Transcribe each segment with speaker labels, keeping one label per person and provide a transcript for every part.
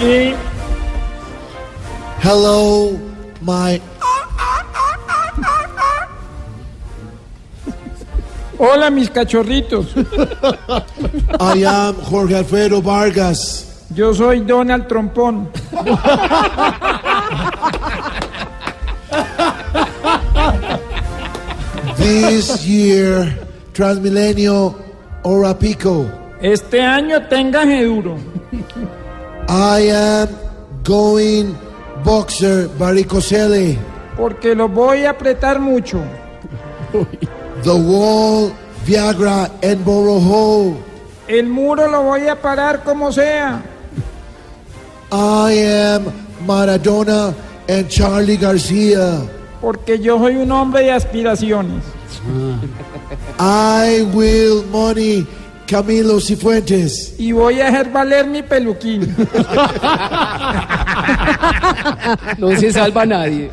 Speaker 1: Y
Speaker 2: Hello, my.
Speaker 1: hola mis cachorritos,
Speaker 2: I am Jorge Alfredo Vargas.
Speaker 1: yo soy Donald Trompón.
Speaker 2: This year, Transmilenio Orapico.
Speaker 1: Este año tengan duro.
Speaker 2: I am going boxer Barricosele.
Speaker 1: porque lo voy a apretar mucho.
Speaker 2: The wall, Viagra, and Borojo.
Speaker 1: El muro lo voy a parar como sea.
Speaker 2: I am Maradona and Charlie Garcia.
Speaker 1: Porque yo soy un hombre de aspiraciones.
Speaker 2: I will money Camilo Cifuentes.
Speaker 1: Y voy a hacer valer mi peluquín.
Speaker 3: No se salva nadie.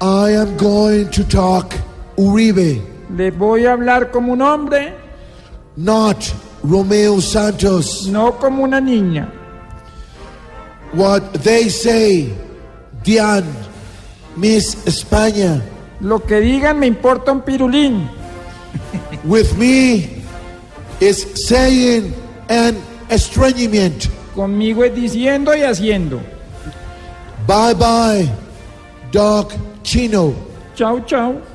Speaker 2: I am going to talk Uribe,
Speaker 1: Les voy a hablar como un hombre,
Speaker 2: not Romeo Santos.
Speaker 1: no como una niña.
Speaker 2: What they say, Diane, Miss España.
Speaker 1: Lo que digan me importa un pirulín.
Speaker 2: With me is saying an estrangement.
Speaker 1: Conmigo es diciendo y haciendo.
Speaker 2: Bye bye, Doc Chino.
Speaker 1: Chau, chau.